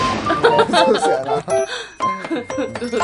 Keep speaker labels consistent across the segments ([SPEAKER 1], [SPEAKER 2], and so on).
[SPEAKER 1] そうそうやな。
[SPEAKER 2] どうぞ。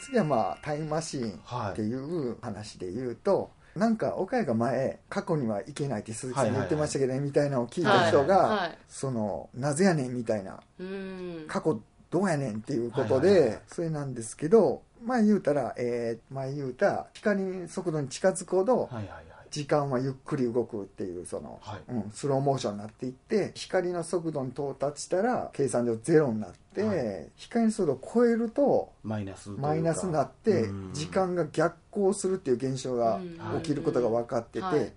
[SPEAKER 1] 次はまあ、タイムマシーンっていう話で言うと、なんか岡谷が前過去には行けないって鈴木さん言ってましたけどねみたいなのを聞いた人
[SPEAKER 2] はいは
[SPEAKER 1] が
[SPEAKER 2] い
[SPEAKER 1] そのなぜやねんみたいな
[SPEAKER 2] うん。
[SPEAKER 1] 過去どうやねんっていうこと
[SPEAKER 3] はいはいは
[SPEAKER 1] でそれなんですけど前言うたらえー前言うた光速度に近づくほど
[SPEAKER 3] はいはいはい
[SPEAKER 1] 時間はゆっくり動くっていうその
[SPEAKER 3] はい
[SPEAKER 1] うん、スローモーションになっていって光の速度に到達したら計算上ゼロになって、
[SPEAKER 3] は
[SPEAKER 1] 光の速度を超えると
[SPEAKER 3] マイナスというか
[SPEAKER 1] マイナスになって
[SPEAKER 3] うん
[SPEAKER 1] 時間が逆行するっていう現象が
[SPEAKER 2] うん
[SPEAKER 1] 起きることが分かってて、
[SPEAKER 2] はい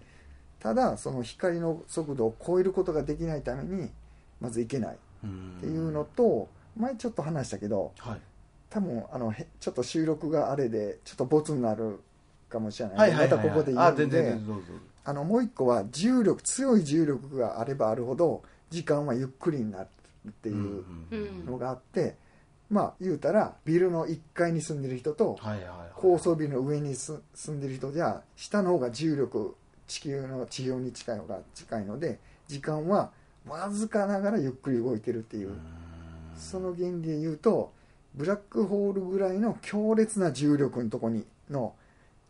[SPEAKER 1] ただその光の速度を超えることができないためにまずいけないっていうのと、前ちょっと話したけど
[SPEAKER 3] はい
[SPEAKER 1] 多分あのへちょっと収録があれでちょっとボツになるかもしれない,、
[SPEAKER 3] はいはいはい
[SPEAKER 1] またここで言
[SPEAKER 3] あ
[SPEAKER 1] うんで
[SPEAKER 3] 全然全然どうぞ
[SPEAKER 1] あのもう一個は重力強い重力があればあるほど時間はゆっくりになるっていうのがあって、まあ言うたらビルの1階に住んでる人と
[SPEAKER 3] はいはいはい
[SPEAKER 1] 高層ビルの上にす住んでる人じゃ下の方が重力地球の地表に近い方が近いので時間はわずかながらゆっくり動いてるっていうう、
[SPEAKER 3] ん
[SPEAKER 1] その原理で言うとブラックホールぐらいの強烈な重力のとこにの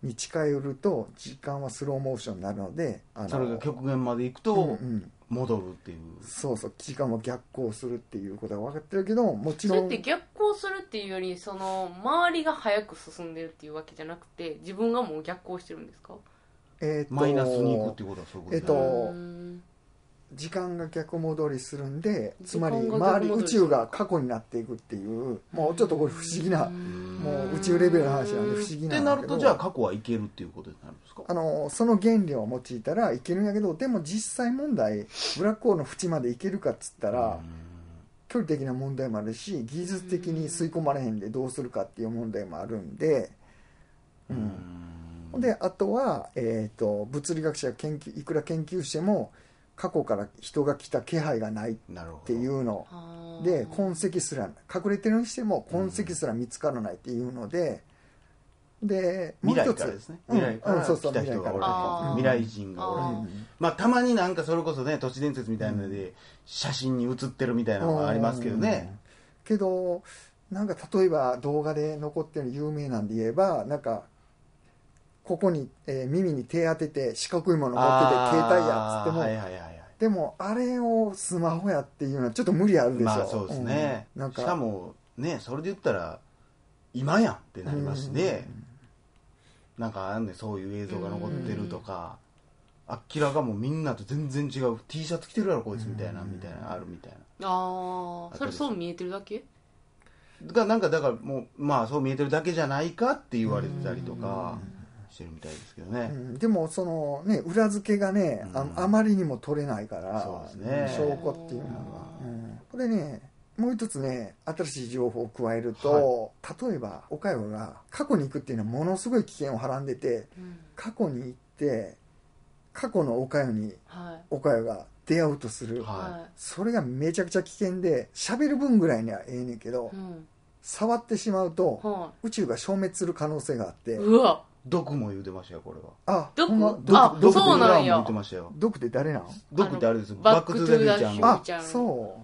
[SPEAKER 1] に近寄ると時間はスローモーションになるのであの
[SPEAKER 3] それが極限まで行
[SPEAKER 1] う
[SPEAKER 3] く
[SPEAKER 1] んう
[SPEAKER 3] と
[SPEAKER 1] ん
[SPEAKER 3] 戻るっていう
[SPEAKER 1] そうそう時間も逆行するっていうことが分かってるけどもち
[SPEAKER 2] それ
[SPEAKER 1] ろ
[SPEAKER 2] っ
[SPEAKER 1] ん
[SPEAKER 2] て逆行するっていうよりその周りが早く進んでるっていうわけじゃなくて自分がもう逆行してるんですか
[SPEAKER 1] えーと
[SPEAKER 3] マイナスに行くっていうことはそういうこと
[SPEAKER 1] えっと
[SPEAKER 2] うーん
[SPEAKER 1] 時間が逆戻りするんでつまり
[SPEAKER 2] 時間が
[SPEAKER 1] 周
[SPEAKER 2] 逆
[SPEAKER 1] り
[SPEAKER 2] 戻
[SPEAKER 1] 宇
[SPEAKER 2] りする
[SPEAKER 1] 宙が過去になっていくっていうもうちょっとこれ不思議なもう宇宙レベルの話なんで不思議
[SPEAKER 3] っ
[SPEAKER 1] な
[SPEAKER 3] て
[SPEAKER 1] んだ
[SPEAKER 3] な
[SPEAKER 1] け
[SPEAKER 3] る
[SPEAKER 1] ど
[SPEAKER 3] とじゃあ過去はいけるっていうことになるんですか
[SPEAKER 1] あのその原理を用いたらいけるんやけどでも実際問題ブラックホールの縁までいけるかっつったら距離的な問題もあるし技術的に吸い込まれへんでどうするかっていう問題もあるんで、
[SPEAKER 3] う
[SPEAKER 1] うんん、であとは、えー、と物理学者が研究いくら研究しても過去から人が来た気配がないっ
[SPEAKER 3] なるほど
[SPEAKER 1] ていうの
[SPEAKER 2] あー
[SPEAKER 1] で痕跡すら隠れてるにしても痕跡すら見つからないっていうので、でもう
[SPEAKER 3] 未
[SPEAKER 1] 一つ
[SPEAKER 3] 来からですね
[SPEAKER 1] うん
[SPEAKER 3] 未来か
[SPEAKER 1] うん
[SPEAKER 3] ら
[SPEAKER 1] そうそ
[SPEAKER 3] 来
[SPEAKER 1] う
[SPEAKER 3] た人がお
[SPEAKER 1] 未来
[SPEAKER 3] ら
[SPEAKER 1] か
[SPEAKER 2] あー
[SPEAKER 3] ん未来人がおら
[SPEAKER 2] あ
[SPEAKER 3] ん
[SPEAKER 2] ー
[SPEAKER 1] うん
[SPEAKER 3] まあたまになんかそれこそね都市伝説みたいなので写真に写ってるみたいなのがありますけどね
[SPEAKER 1] けどなんか例えば動画で残ってる有名なんで言えばなんかここに、えー耳に手当てて四角いもの持ってて携帯やっつっても、
[SPEAKER 3] あーはいはいはいはい
[SPEAKER 1] でもあれをスマホやっていうのはちょっと無理あるでしょ、
[SPEAKER 3] まあそうですね、
[SPEAKER 1] うんなんか
[SPEAKER 3] しかもねそれで言ったら今やんってなりますしね、なんかあんねんそういう映像が残ってるとか、明らかもうみんなと全然違う T シャツ着てるやろこいつみたいな、
[SPEAKER 1] うん
[SPEAKER 3] みたいなあるみたいな
[SPEAKER 2] あーそれそう見えてるだけ
[SPEAKER 3] がなんかだからもうまあそう見えてるだけじゃないかって言われてたりとかしてるみたいですけど
[SPEAKER 1] う
[SPEAKER 3] ね、
[SPEAKER 1] んでもそのね裏付けがね、あ
[SPEAKER 3] うん
[SPEAKER 1] あまりにも取れないから
[SPEAKER 3] そうですね
[SPEAKER 1] 証拠っていうのは、うんこれねもう一つね新しい情報を加えると、例えば岡山が過去に行くっていうのはものすごい危険をはらんでて
[SPEAKER 2] うん
[SPEAKER 1] 過去に行って過去の岡山に
[SPEAKER 2] はい
[SPEAKER 1] 岡山が出会うとする、
[SPEAKER 3] は
[SPEAKER 2] は
[SPEAKER 1] それがめちゃくちゃ危険で喋る分ぐらいにはええねんけど、
[SPEAKER 2] いうん
[SPEAKER 1] 触ってしまうと、
[SPEAKER 2] は
[SPEAKER 1] 宇宙が消滅する可能性があって、
[SPEAKER 2] いうわ
[SPEAKER 3] 毒も言うてましたよこれは
[SPEAKER 1] あ
[SPEAKER 2] 毒
[SPEAKER 1] ほんま
[SPEAKER 2] あ
[SPEAKER 3] 毒毒
[SPEAKER 2] そう
[SPEAKER 3] ブラ
[SPEAKER 2] な
[SPEAKER 3] ウ
[SPEAKER 2] ん
[SPEAKER 3] ンも
[SPEAKER 2] や
[SPEAKER 3] 言ってましたよ
[SPEAKER 1] 毒って誰なん
[SPEAKER 3] 毒ってあれですよ
[SPEAKER 2] あの
[SPEAKER 3] バック・トゥ・ザ・フューチャー
[SPEAKER 2] バ
[SPEAKER 3] の
[SPEAKER 2] ッ
[SPEAKER 1] あ
[SPEAKER 2] クちゃん
[SPEAKER 1] そ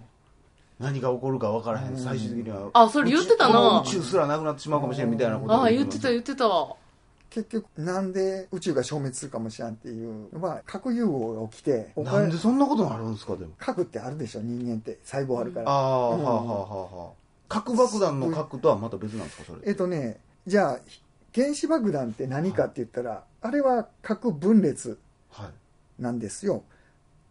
[SPEAKER 3] 何が起こるか分からへん、
[SPEAKER 1] うん
[SPEAKER 3] 最終的には
[SPEAKER 2] あそれ言ってたな
[SPEAKER 3] 宇宙この宇宙すらなくなってしまうかもしれんみたいなこと
[SPEAKER 2] あ
[SPEAKER 3] を
[SPEAKER 2] ー
[SPEAKER 3] 言
[SPEAKER 2] 言
[SPEAKER 3] っ
[SPEAKER 2] ってて
[SPEAKER 3] た
[SPEAKER 2] た言ってたわ
[SPEAKER 1] う結局なんで宇宙が消滅するかもしれんっていうのは核融合が起きてお
[SPEAKER 3] な
[SPEAKER 1] 金
[SPEAKER 3] んでそんなことになるんですかでも
[SPEAKER 1] 核ってあるでしょ人間って細胞あるか
[SPEAKER 3] あ
[SPEAKER 1] ら、
[SPEAKER 3] あ、
[SPEAKER 1] うん
[SPEAKER 3] はあはあはあはあ核爆弾の核とはまた別なんですかそれ
[SPEAKER 1] えっとねじゃあ原子爆弾って何かって言ったら、あれは核分裂
[SPEAKER 3] はい
[SPEAKER 1] なんですよ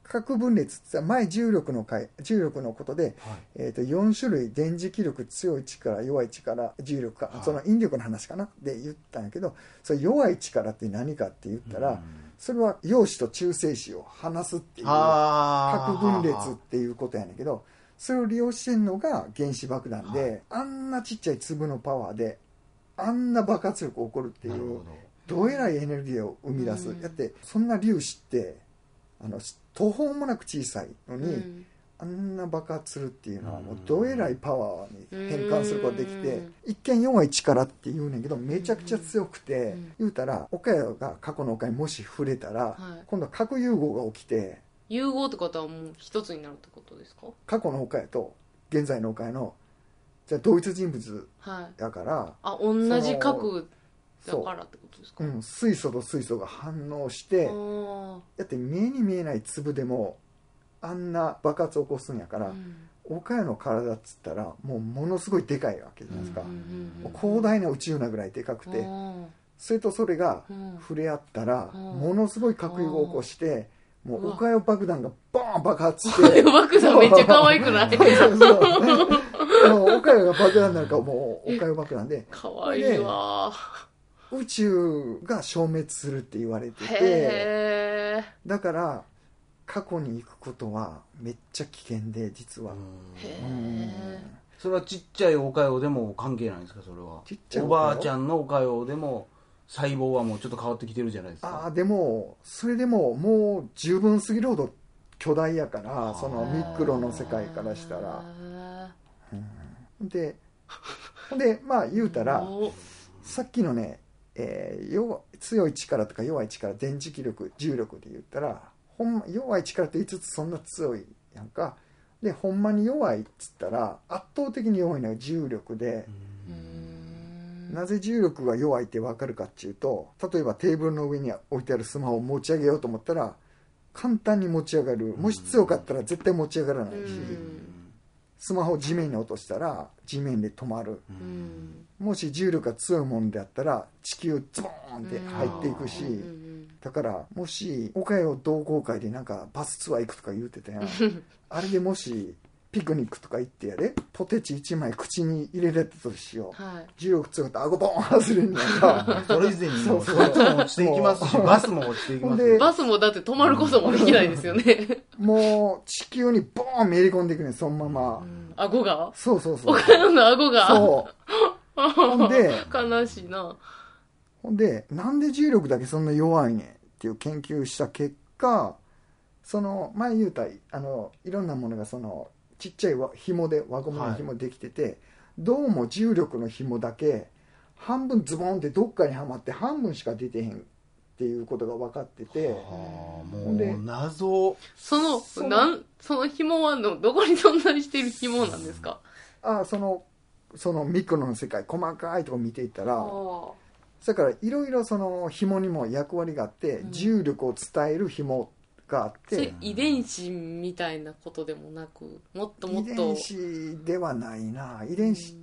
[SPEAKER 1] 核分裂ってさ前重力の回重力のことで、
[SPEAKER 3] はい
[SPEAKER 1] えっと4種類電磁気力強い力弱い力重力か、
[SPEAKER 3] はい
[SPEAKER 1] その引力の話かなで言ったんやけどそれ弱い力って何かって言ったら、
[SPEAKER 3] うん
[SPEAKER 1] それは陽子と中性子を離すっていう
[SPEAKER 3] あ
[SPEAKER 1] 核分
[SPEAKER 3] ー
[SPEAKER 1] 裂っていうことやねんけどそれを利用してんのが原子爆弾で、
[SPEAKER 3] は
[SPEAKER 1] あんなちっちゃい粒のパワーであんな爆発力起こるってい
[SPEAKER 3] なるほ
[SPEAKER 1] う
[SPEAKER 3] ど
[SPEAKER 1] どえらいエネルギーを生み出す、
[SPEAKER 2] うん
[SPEAKER 1] だってそんな粒子ってあの途方もなく小さいの
[SPEAKER 2] う
[SPEAKER 1] に、
[SPEAKER 2] ん
[SPEAKER 1] あんな爆発するっていうのはもう
[SPEAKER 3] うん
[SPEAKER 1] どえらいパワーに変換することができて
[SPEAKER 2] うん
[SPEAKER 1] 一見弱い力って言うねんけどめちゃくちゃ強くて
[SPEAKER 2] うん
[SPEAKER 1] 言うたら岡谷が過去の岡にもし触れたら
[SPEAKER 2] はい
[SPEAKER 1] 今度は核融合が起きて
[SPEAKER 2] 融合ってことはもう一つになるってことですか
[SPEAKER 1] 過去の岡谷と現在の岡谷のじゃあ同一人物
[SPEAKER 2] はい
[SPEAKER 1] やから
[SPEAKER 2] あ同じ核だからってことです
[SPEAKER 1] う
[SPEAKER 2] か、
[SPEAKER 1] ん、水素と水素が反応して、
[SPEAKER 2] あ
[SPEAKER 1] だって見えに見えない粒でもあんな爆発起こすんやか
[SPEAKER 2] あ
[SPEAKER 1] ら、
[SPEAKER 2] うん
[SPEAKER 1] 岡谷の体っつったらもうものすごいでかいわけじゃないですか、
[SPEAKER 2] うんうんうん
[SPEAKER 1] 広大な宇宙なぐらいでかくて、
[SPEAKER 2] あ
[SPEAKER 1] それとそれが
[SPEAKER 2] ーうん
[SPEAKER 1] 触れ合ったら、
[SPEAKER 2] うん
[SPEAKER 1] ものすごい核融合を起こして、も
[SPEAKER 2] う
[SPEAKER 1] う
[SPEAKER 2] わ
[SPEAKER 1] 岡谷爆弾がボーン爆発し
[SPEAKER 2] これ
[SPEAKER 1] て。
[SPEAKER 2] 爆弾めっちゃ可愛 くな
[SPEAKER 1] そ
[SPEAKER 2] い
[SPEAKER 1] うそうそうあの岡谷が爆弾になるからもう岡谷爆弾で
[SPEAKER 2] 可愛いわ
[SPEAKER 1] 宇宙が消滅するって言われてて
[SPEAKER 2] へえ
[SPEAKER 1] だから過去に行くことはめっちゃ危険で実は、
[SPEAKER 2] へ
[SPEAKER 1] う
[SPEAKER 2] ー
[SPEAKER 1] ん
[SPEAKER 3] それはちっちゃいおかよでも関係ないんですかそれは
[SPEAKER 1] ちっちゃい
[SPEAKER 3] お
[SPEAKER 1] おかよ
[SPEAKER 3] ばあちゃんのおかよでも細胞はもうちょっと変わってきてるじゃないです
[SPEAKER 1] ああ
[SPEAKER 3] か
[SPEAKER 1] でもそれでももう十分すぎるほど巨大やか
[SPEAKER 3] あ
[SPEAKER 1] ら
[SPEAKER 3] ー
[SPEAKER 1] そのミクロの世界からしたらでほんでまあ言うたら
[SPEAKER 2] お
[SPEAKER 1] さっきのね、えー弱強い力とか弱い力電磁気力重力で言ったらほん、ま、弱い力って言いつつそんな強いやんかでほんまに弱いっつったら圧倒的に弱いのが重力で
[SPEAKER 3] う、
[SPEAKER 2] うんん
[SPEAKER 1] なぜ重力が弱いって分かるかっていうと例えばテーブルの上に置いてあるスマホを持ち上げようと思ったら簡単に持ち上がるもし強かったら絶対持ち上がらないし、
[SPEAKER 2] うん
[SPEAKER 1] スマホを地面に落としたら地面で止まる
[SPEAKER 3] う
[SPEAKER 2] うんん
[SPEAKER 1] もし重力が強いものであったら地球ズボーンって入っていくし、
[SPEAKER 2] うんうん
[SPEAKER 1] だからもし岡山同好会でなんかバスツアー行くとか言うてたやんあれでもしピクニックとか行ってやれポテチ1枚口に入れれたとしよう
[SPEAKER 2] はい
[SPEAKER 1] 重力強かったら顎ボーン外れるんやんか
[SPEAKER 3] それ以前にもう
[SPEAKER 1] そ
[SPEAKER 3] そう
[SPEAKER 1] そう
[SPEAKER 3] いつも落ちていきますしバスも落ちていきま
[SPEAKER 1] ほ
[SPEAKER 3] す
[SPEAKER 1] ん
[SPEAKER 3] し
[SPEAKER 1] で
[SPEAKER 2] バスもだって止まることもできないですよね。
[SPEAKER 1] もう地球にボーンめり込んでいくねんそのまま、
[SPEAKER 2] 顎が
[SPEAKER 1] そうそうそう
[SPEAKER 2] 岡山の顎 が。
[SPEAKER 1] そうほんで
[SPEAKER 2] 悲しいな。
[SPEAKER 1] ほんでなんで重力だけそんな弱いねんっていう研究した結果その前言うたあのいろんなものがそのちっちゃいわ紐で輪ゴムの紐できてて、どうも重力の紐だけ半分ズボンってどっかにはまって半分しか出てへんっていうことが分かってて
[SPEAKER 3] あー
[SPEAKER 1] ほんで
[SPEAKER 3] もう謎
[SPEAKER 2] その、
[SPEAKER 1] そう
[SPEAKER 2] なん、その紐はの、どこに存在している紐なんですか
[SPEAKER 1] ああそのそのミクロの世界細かいとこ見ていった
[SPEAKER 2] あ
[SPEAKER 1] ら
[SPEAKER 2] ー
[SPEAKER 1] だからいろいろその紐にも役割があって、
[SPEAKER 2] うん
[SPEAKER 1] 重力を伝える紐があっ
[SPEAKER 2] それ
[SPEAKER 1] て
[SPEAKER 2] 遺伝子みたいなことでもなく、もっとも
[SPEAKER 1] 遺
[SPEAKER 2] っと
[SPEAKER 1] 伝。子ではないな遺伝子、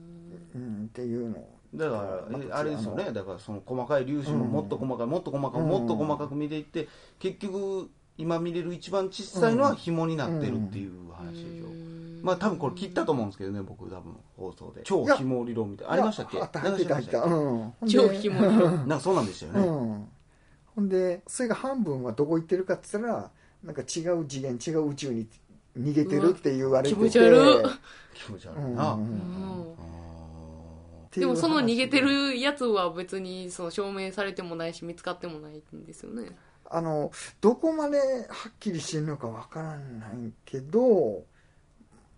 [SPEAKER 1] うん、っていうの
[SPEAKER 3] だから
[SPEAKER 1] ま
[SPEAKER 3] え
[SPEAKER 1] あ
[SPEAKER 3] あれですよねだからその細かい粒子ももっと細かいもっと細かい
[SPEAKER 1] うん
[SPEAKER 3] もっと細かく見ていって結局今見れる一番小さいのは紐になってるっていう話でしょまあ多分これ切ったと思うんですけどね僕多分放送で超紐理論みたいなありましたっけ
[SPEAKER 1] あった入っ
[SPEAKER 3] 流
[SPEAKER 1] て
[SPEAKER 3] したま
[SPEAKER 1] 入っ
[SPEAKER 3] して
[SPEAKER 1] た
[SPEAKER 3] たっ
[SPEAKER 1] うんほんで
[SPEAKER 2] 超紐
[SPEAKER 3] けなんかそうなんでしたよ
[SPEAKER 1] う
[SPEAKER 3] ね
[SPEAKER 1] んほんでそれが半分はどこ行ってるかっつったらなんか違う次元違う宇宙に逃げてるって言われてて
[SPEAKER 2] うわ気持ち悪っ
[SPEAKER 3] 気持ち悪
[SPEAKER 1] う
[SPEAKER 3] い
[SPEAKER 1] ん
[SPEAKER 3] な
[SPEAKER 1] う
[SPEAKER 2] うんん
[SPEAKER 3] あー
[SPEAKER 2] でもその逃げてるやつは別にその証明されてもないし見つかってもないんですよね。
[SPEAKER 1] あのどこまではっきりしてるのかわからないけど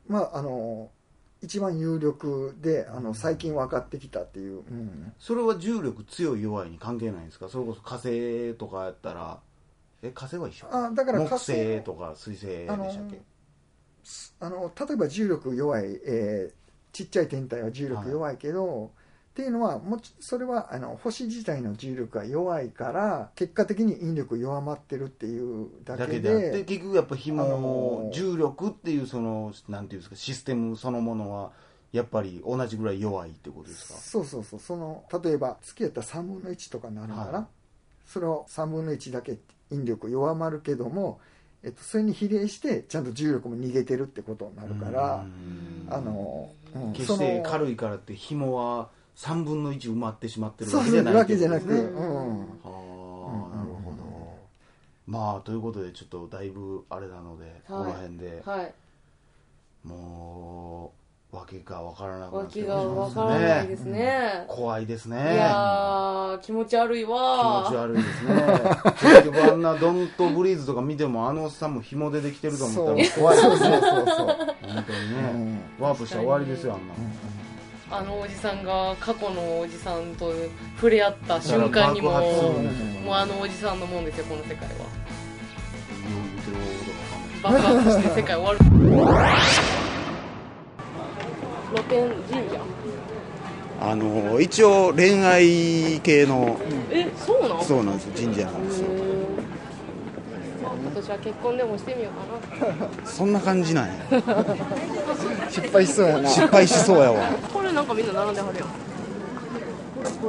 [SPEAKER 1] まああの一番有力であの最近分かってきたっていう、うん
[SPEAKER 3] それは重力強い弱いに関係ないんですかそれこそ火星とかやったらえ火星は一緒
[SPEAKER 1] あだから火
[SPEAKER 3] 木
[SPEAKER 1] 星
[SPEAKER 3] 星とか水星でした
[SPEAKER 1] あ
[SPEAKER 3] っ
[SPEAKER 1] の
[SPEAKER 3] け
[SPEAKER 1] あの例えば重力弱い、えーちっちゃい天体は重力弱いけど、っていうのはもちそれはあの星自体の重力が弱いから結果的に引力弱まってるっていうだ
[SPEAKER 3] だ
[SPEAKER 1] け
[SPEAKER 3] け
[SPEAKER 1] で
[SPEAKER 3] であって結局やっぱ紐、
[SPEAKER 1] あのー
[SPEAKER 3] 重力っていうそのなんていうんですかシステムそのものはやっぱり同じぐらい弱いってことですか
[SPEAKER 1] そうそうそうその例えば月やったら3分の1とかになるのかな、
[SPEAKER 3] はい
[SPEAKER 1] それを3分の1だけ引力弱まるけども、えっと、それに比例してちゃんと重力も逃げてるってことになるから、
[SPEAKER 3] うん
[SPEAKER 1] あの、うん
[SPEAKER 3] 決して
[SPEAKER 1] その
[SPEAKER 3] 軽いからって紐は3分の1埋まってしまってる
[SPEAKER 1] そ
[SPEAKER 3] わ
[SPEAKER 1] う
[SPEAKER 3] け
[SPEAKER 1] そ
[SPEAKER 3] じ
[SPEAKER 1] うい
[SPEAKER 3] ゃな
[SPEAKER 1] う
[SPEAKER 3] い
[SPEAKER 1] わ
[SPEAKER 3] って
[SPEAKER 1] け
[SPEAKER 3] こ
[SPEAKER 1] じ
[SPEAKER 3] と
[SPEAKER 1] ゃなくて、
[SPEAKER 3] ですね
[SPEAKER 1] うん
[SPEAKER 3] あ
[SPEAKER 1] うんうん
[SPEAKER 3] あなるほどまあということでちょっとだいぶあれなので、この辺で
[SPEAKER 2] はい。
[SPEAKER 3] もう訳が分からなくなって
[SPEAKER 2] 脇
[SPEAKER 3] き
[SPEAKER 2] が
[SPEAKER 3] ま
[SPEAKER 2] わ
[SPEAKER 3] し
[SPEAKER 2] か
[SPEAKER 3] た
[SPEAKER 2] らない
[SPEAKER 3] ね
[SPEAKER 2] ですね。
[SPEAKER 3] 怖いですね
[SPEAKER 2] いやー、気持ち悪い
[SPEAKER 3] 気
[SPEAKER 2] わ
[SPEAKER 3] 持
[SPEAKER 2] ー
[SPEAKER 3] ち悪いですね結局あんなドントブリーズとか見てもあのおっさんも紐でできてると思ったら怖いです
[SPEAKER 1] そ
[SPEAKER 3] よ
[SPEAKER 1] うそうそ
[SPEAKER 3] ね
[SPEAKER 1] うそう
[SPEAKER 3] 本当
[SPEAKER 1] う
[SPEAKER 3] にね、
[SPEAKER 1] ん
[SPEAKER 3] ワープしたら終わりですよあんな
[SPEAKER 2] あのおじさんが過去のおじさんと触れ合った瞬
[SPEAKER 3] だから
[SPEAKER 2] 間にも
[SPEAKER 3] 爆発する
[SPEAKER 2] も
[SPEAKER 3] んですよ
[SPEAKER 1] うん
[SPEAKER 2] うあのおじさんのもんですよこの世界 は
[SPEAKER 3] 言うてることが分かんない
[SPEAKER 2] 爆発して世界終わる露天神社
[SPEAKER 3] あの一応恋愛系の
[SPEAKER 2] えそうなん
[SPEAKER 3] そうなんです神社なんですよ
[SPEAKER 2] あ今年は結婚でもしてみようか
[SPEAKER 3] そんな感じなんや
[SPEAKER 1] 失敗しそうやな
[SPEAKER 3] 失敗しそうやわ
[SPEAKER 2] なこれなんかみんな並んではるやん
[SPEAKER 3] あ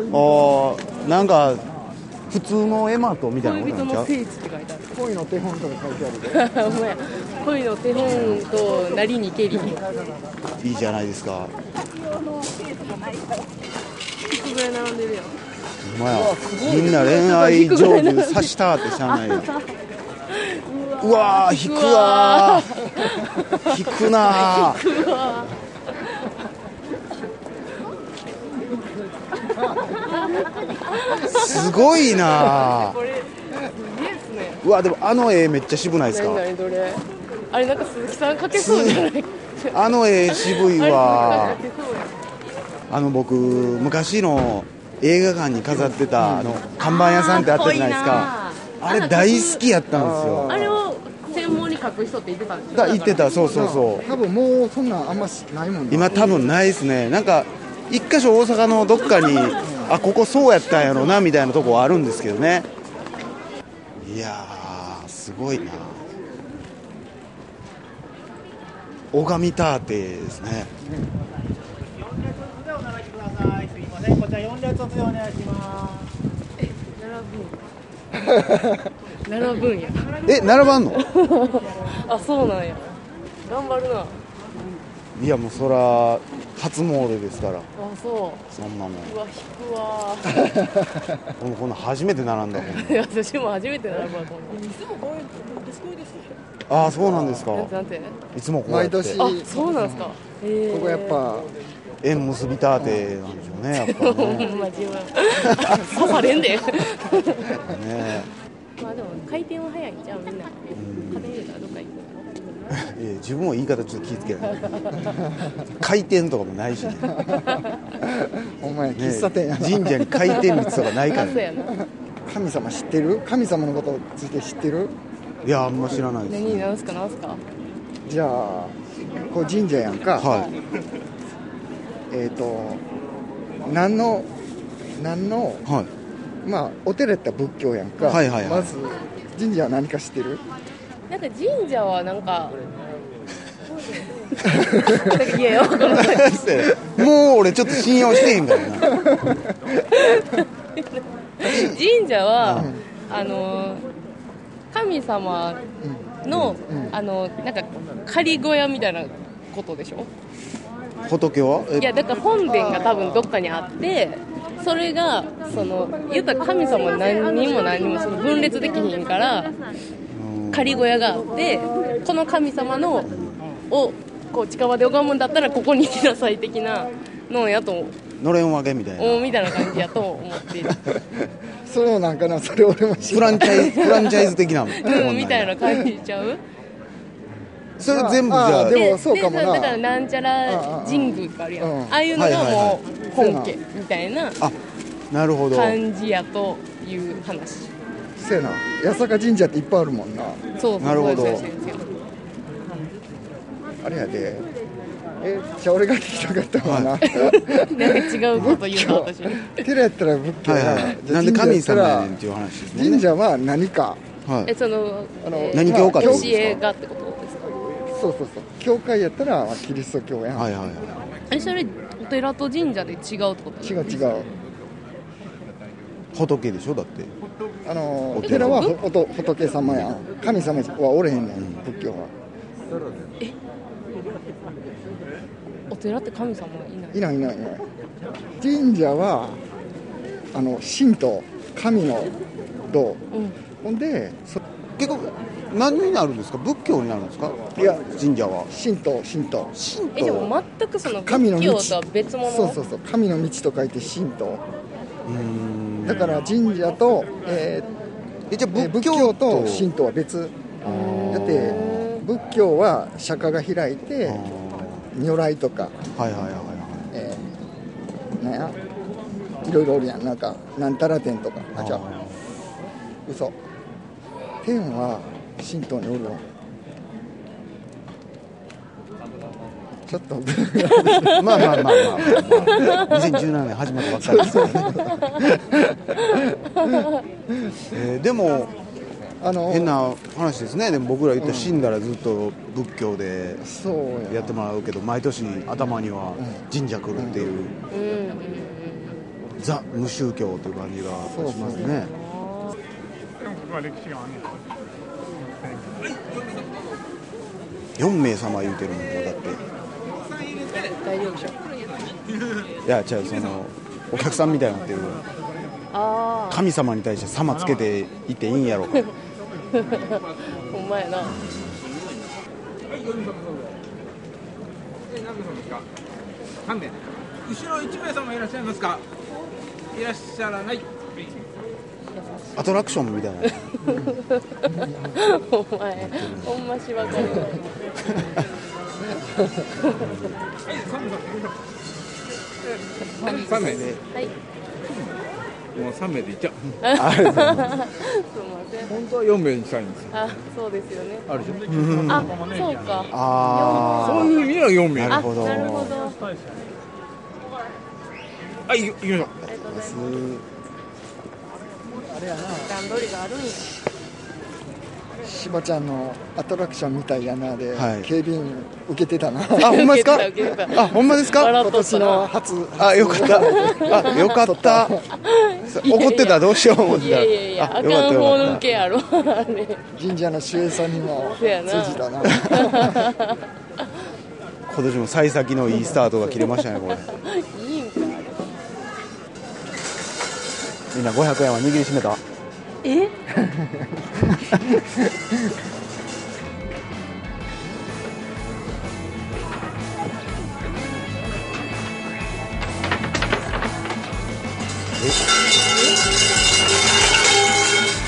[SPEAKER 3] ーなんか普通のエマートみたいな
[SPEAKER 2] 恋
[SPEAKER 3] こ
[SPEAKER 2] 人
[SPEAKER 3] とな
[SPEAKER 2] の
[SPEAKER 3] んちゃ
[SPEAKER 2] 聖地って書いてある
[SPEAKER 1] 恋の手本とか書いてあるで
[SPEAKER 2] ほんまや恋の手本となりにけりい
[SPEAKER 3] ういいじゃないですか
[SPEAKER 2] つぐらい並んでるやん
[SPEAKER 3] ほんまやみんな恋愛成就 さしたってしゃあないや うわー引くわー引くなーすごいなー
[SPEAKER 2] これすげえっすね
[SPEAKER 3] うわでもあの絵めっちゃ渋ないですか
[SPEAKER 2] 何何どれあれなんか鈴木さんかけそうじゃないあれ
[SPEAKER 3] あの絵渋い
[SPEAKER 2] 鈴木さんか
[SPEAKER 3] わ
[SPEAKER 2] けそうやん
[SPEAKER 3] あの僕昔の映画館に飾ってたあの看板屋さんってあったじゃないですかあれ大好きやったんですよ
[SPEAKER 2] あれを専門に書く人って言ってたんでしょ
[SPEAKER 3] だ言ってたそうそうそう
[SPEAKER 1] 多分もうそんなんあんましないもんな
[SPEAKER 3] 今多分ないですねなんか一箇所大阪のどっかにあここそうやったんやろなみたいなとこはあるんですけどねいやーすごいな拝みたーてですね
[SPEAKER 4] 列でお並びください。すみません。こちら4列でお願いします。
[SPEAKER 2] 並ぶん並ぶんや
[SPEAKER 3] え並ばんの
[SPEAKER 2] あそうなんや頑張るない
[SPEAKER 3] やもうそら初詣ですから
[SPEAKER 2] あそ
[SPEAKER 3] そんなもん
[SPEAKER 2] ううわ引くわ
[SPEAKER 3] このこんなん初めて並んだもん
[SPEAKER 2] いや私も初めて並ぶわこんなん
[SPEAKER 3] ああそうなんですか
[SPEAKER 2] なんてなんて
[SPEAKER 3] いつもこうやって
[SPEAKER 1] 毎年
[SPEAKER 2] あそうなんすかへえ
[SPEAKER 1] ここやっぱ
[SPEAKER 3] 縁結びたーてなんでしょうねやっぱ
[SPEAKER 2] ほ
[SPEAKER 3] りね
[SPEAKER 2] んま 自分刺されんで
[SPEAKER 3] ね
[SPEAKER 2] まあでも回転は早いんじゃんみんな風見るからどっか行く
[SPEAKER 3] いや自分も言い方ちょっと気ぃつけな いと回転とかもないしねね
[SPEAKER 1] お前喫茶店やな、
[SPEAKER 3] 神社に回転率とかないから、
[SPEAKER 2] あそうや
[SPEAKER 3] ね、
[SPEAKER 2] な
[SPEAKER 1] 神様知ってる神様のことについて知ってる
[SPEAKER 3] いやあんま知らないです、
[SPEAKER 2] 何
[SPEAKER 3] ね、
[SPEAKER 2] なんすかなんすか
[SPEAKER 1] じゃあこう神社やんか、
[SPEAKER 3] はい
[SPEAKER 1] えっ、と何の何の
[SPEAKER 3] はい
[SPEAKER 1] まあお寺やったら仏教やんか、
[SPEAKER 3] はいはいはい
[SPEAKER 1] まず神社は何か知ってる
[SPEAKER 2] なんか神社はなん かいやいやわかんない
[SPEAKER 3] もう俺ちょっと信用してへんからな
[SPEAKER 2] 神社は、あの神様の、あのなんか仮小屋みたいなことでしょ
[SPEAKER 3] 仏はい
[SPEAKER 2] やだから本殿が多分どっかにあってそれがその言ったら神様何にも何にもその分裂できひんから仮小屋があってこの神様のをこう近場で拝むんだったらここに来なさい的なのやと
[SPEAKER 3] のれん分けみたい
[SPEAKER 2] 思う
[SPEAKER 3] な
[SPEAKER 2] みたいな感じやと思っている
[SPEAKER 1] それなんかなそれ俺も知
[SPEAKER 3] フ
[SPEAKER 1] ら
[SPEAKER 3] ラ
[SPEAKER 1] ん
[SPEAKER 3] ンチャイズフランチャイズ的な もん
[SPEAKER 2] うんみたいな感じちゃう
[SPEAKER 3] それ全部じ
[SPEAKER 1] あ
[SPEAKER 3] ゃ
[SPEAKER 1] ー
[SPEAKER 3] あ
[SPEAKER 1] でもそうかもな
[SPEAKER 2] だからなんちゃら神宮とかあるやん
[SPEAKER 1] うん
[SPEAKER 2] ああいうのがもう
[SPEAKER 1] はいはいはい
[SPEAKER 2] 本家みたいな
[SPEAKER 3] なるほど
[SPEAKER 2] 感じやという話
[SPEAKER 1] せやな八坂神社っていっぱいあるもんな
[SPEAKER 2] そうそう
[SPEAKER 3] なるほど
[SPEAKER 2] そうそうそうそう
[SPEAKER 1] あれやでえじゃあ俺が聞きたかったもんな、
[SPEAKER 2] なんか違うこと言うな私
[SPEAKER 1] 寺やったら仏教
[SPEAKER 3] は
[SPEAKER 1] や
[SPEAKER 3] い
[SPEAKER 1] な、
[SPEAKER 3] はいはい
[SPEAKER 1] じゃ
[SPEAKER 3] な
[SPEAKER 1] あ
[SPEAKER 3] んで神
[SPEAKER 1] 神社
[SPEAKER 3] 様
[SPEAKER 1] や
[SPEAKER 3] や
[SPEAKER 1] った
[SPEAKER 3] ねんっていう話です
[SPEAKER 1] ら
[SPEAKER 3] ね
[SPEAKER 1] 神社は何か
[SPEAKER 3] はい
[SPEAKER 2] えその
[SPEAKER 1] あの
[SPEAKER 2] えー
[SPEAKER 3] 何教か
[SPEAKER 2] 教
[SPEAKER 3] ですか
[SPEAKER 2] えがってことですか
[SPEAKER 1] そうそうそう教会やったらまあキリスト教やん、
[SPEAKER 3] はいはいは
[SPEAKER 2] えそれお寺と神社で違うってこと
[SPEAKER 1] 違う違う
[SPEAKER 3] い仏でしょだって
[SPEAKER 1] あ
[SPEAKER 3] お
[SPEAKER 1] の
[SPEAKER 3] 寺
[SPEAKER 1] 寺はほほと仏様やん神様はおれへんねん、仏教は
[SPEAKER 2] お寺って神様いない
[SPEAKER 1] いないいないいない神社はあの神と神の道
[SPEAKER 2] うん
[SPEAKER 1] ほんでそ
[SPEAKER 3] 結局何になるんですか仏教になるんですか
[SPEAKER 1] いや
[SPEAKER 3] 神社は
[SPEAKER 1] 神道神道
[SPEAKER 3] 神
[SPEAKER 2] えで
[SPEAKER 3] 道
[SPEAKER 2] も全くその
[SPEAKER 1] 神の
[SPEAKER 2] 仏
[SPEAKER 1] 道
[SPEAKER 2] 教とは別物
[SPEAKER 1] そうそうそう神の道と書いて神道
[SPEAKER 3] うーん
[SPEAKER 1] だから神社と、えー
[SPEAKER 3] えじゃあ
[SPEAKER 1] えー
[SPEAKER 3] 仏
[SPEAKER 1] 仏
[SPEAKER 3] 教
[SPEAKER 1] 教
[SPEAKER 3] と
[SPEAKER 1] と神道は別だって
[SPEAKER 2] ー
[SPEAKER 1] 仏教は釈迦が開いて
[SPEAKER 3] あー
[SPEAKER 1] 如来とか、
[SPEAKER 3] はいはいはいは
[SPEAKER 1] えーなんやいろいろおるやんなんかなんたら天とかあ
[SPEAKER 3] い
[SPEAKER 1] じゃあ
[SPEAKER 3] あ
[SPEAKER 1] 嘘天は神道におるわちょっと
[SPEAKER 3] まあまあまあまあ、まあ、2017年 始まったばっかりですからね、 えーでも
[SPEAKER 1] あの
[SPEAKER 3] 変な話ですねでも僕ら言ったら死んだらずっと仏教で
[SPEAKER 1] そうや
[SPEAKER 3] やってもらうけど毎年頭には神社来るっていう、ザ無宗教という感じがしますね4名様言うてるもんだって
[SPEAKER 2] 大丈夫でしょ
[SPEAKER 3] いや違うそのお客さんみたいになってる
[SPEAKER 2] あ
[SPEAKER 3] 神様に対して様つけていっていいんやろうか
[SPEAKER 2] あほんまやな
[SPEAKER 5] え何名様ですか3名後ろ1名様いらっしゃいますかいらっしゃらない
[SPEAKER 3] アトラクションみたいな
[SPEAKER 2] お前ほんましばかり
[SPEAKER 5] 3名で
[SPEAKER 2] はい
[SPEAKER 5] もう3名でいっちゃう
[SPEAKER 2] す いません
[SPEAKER 5] 本当は4名にしたいんですよ
[SPEAKER 2] あそうですよね
[SPEAKER 5] あるでしょ
[SPEAKER 2] あそうか
[SPEAKER 3] あ
[SPEAKER 5] そういう意味は4名
[SPEAKER 3] な
[SPEAKER 2] あ
[SPEAKER 3] るほど
[SPEAKER 2] なるほど
[SPEAKER 5] はい行きましょう
[SPEAKER 2] ありがとうございます。段取りがあるんや。
[SPEAKER 1] しばちゃんのアトラクションみたいやなで、
[SPEAKER 3] はい
[SPEAKER 1] 警備員受けて たな
[SPEAKER 3] あほんまです か
[SPEAKER 2] 受けてた受けて
[SPEAKER 3] あほんまですか
[SPEAKER 2] 笑
[SPEAKER 1] 今
[SPEAKER 2] っとっ
[SPEAKER 1] 年
[SPEAKER 2] た
[SPEAKER 1] の
[SPEAKER 2] な。
[SPEAKER 1] 初
[SPEAKER 3] あよかったあよかった怒ってたらどうしよう思っ
[SPEAKER 2] い
[SPEAKER 3] てた
[SPEAKER 2] やいやいや、
[SPEAKER 3] あ
[SPEAKER 2] あ
[SPEAKER 3] よかっ
[SPEAKER 2] か
[SPEAKER 3] た
[SPEAKER 2] ん
[SPEAKER 3] よ
[SPEAKER 2] 方
[SPEAKER 3] か
[SPEAKER 2] の
[SPEAKER 3] っ
[SPEAKER 2] 受けやろ。 あれ
[SPEAKER 1] 神社の守衛さんにも
[SPEAKER 2] そうや
[SPEAKER 1] 通
[SPEAKER 2] な
[SPEAKER 1] じたな
[SPEAKER 3] た今年も幸先のいいスタートが切れましたねこれ
[SPEAKER 2] いいんか。
[SPEAKER 3] みんな500円は握りしめた
[SPEAKER 2] え？
[SPEAKER 3] え